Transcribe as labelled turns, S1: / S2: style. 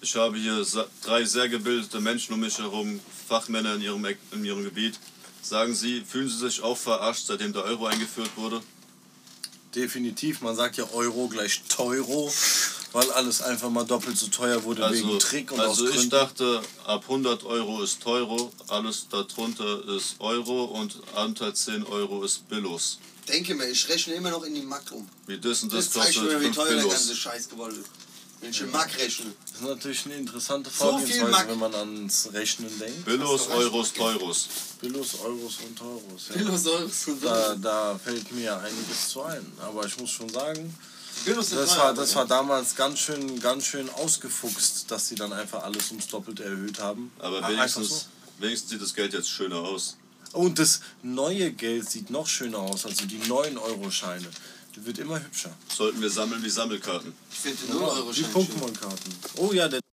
S1: Ich habe hier sa- drei sehr gebildete Menschen um mich herum, Fachmänner in ihrem, Eck- in ihrem Gebiet. Sagen Sie, fühlen Sie sich auch verarscht, seitdem der Euro eingeführt wurde?
S2: Definitiv, man sagt ja Euro gleich Teuro, weil alles einfach mal doppelt so teuer wurde wegen Trick und
S1: also
S2: aus
S1: ich
S2: Gründen.
S1: dachte, ab 100 Euro ist Teuro, alles darunter ist Euro und unter 10 Euro ist Billos.
S3: Denke mir, ich rechne immer noch in die Mark um.
S1: Wie das und das,
S3: Das zeigt
S1: kostet
S3: schon wieder, wie
S1: 5
S3: teuer der
S1: Billos.
S3: ganze Scheiß geworden ist. Wenn ich in Mark rechne.
S2: das ist natürlich eine interessante
S3: So viel
S2: Vorgehensweise,
S3: Mack.
S2: wenn man ans Rechnen denkt.
S1: Billos,
S3: Hast du recht.
S1: Euros, Teuros.
S2: Billos, Euros und Teuros. Ja.
S3: Billos Euros und
S2: Da, da fällt mir einiges zu ein. Aber ich muss schon sagen,
S3: Billos sind
S2: das
S3: teuer,
S2: war, das
S3: Alter.
S2: war damals ganz schön, ganz schön ausgefuchst, dass sie dann einfach alles ums Doppelte erhöht haben.
S1: Aber
S2: Ah,
S1: wenigstens,
S2: einfach
S1: wenigstens sieht das Geld jetzt schöner aus.
S2: so. Und das neue Geld sieht noch schöner aus, also die 9-Euro-Scheine. Die wird immer hübscher.
S1: Sollten wir sammeln wie Sammelkarten.
S3: Ich finde den
S2: Die
S3: 0-Euro-Schein schön.
S2: Pokémon-Karten. Oh ja, der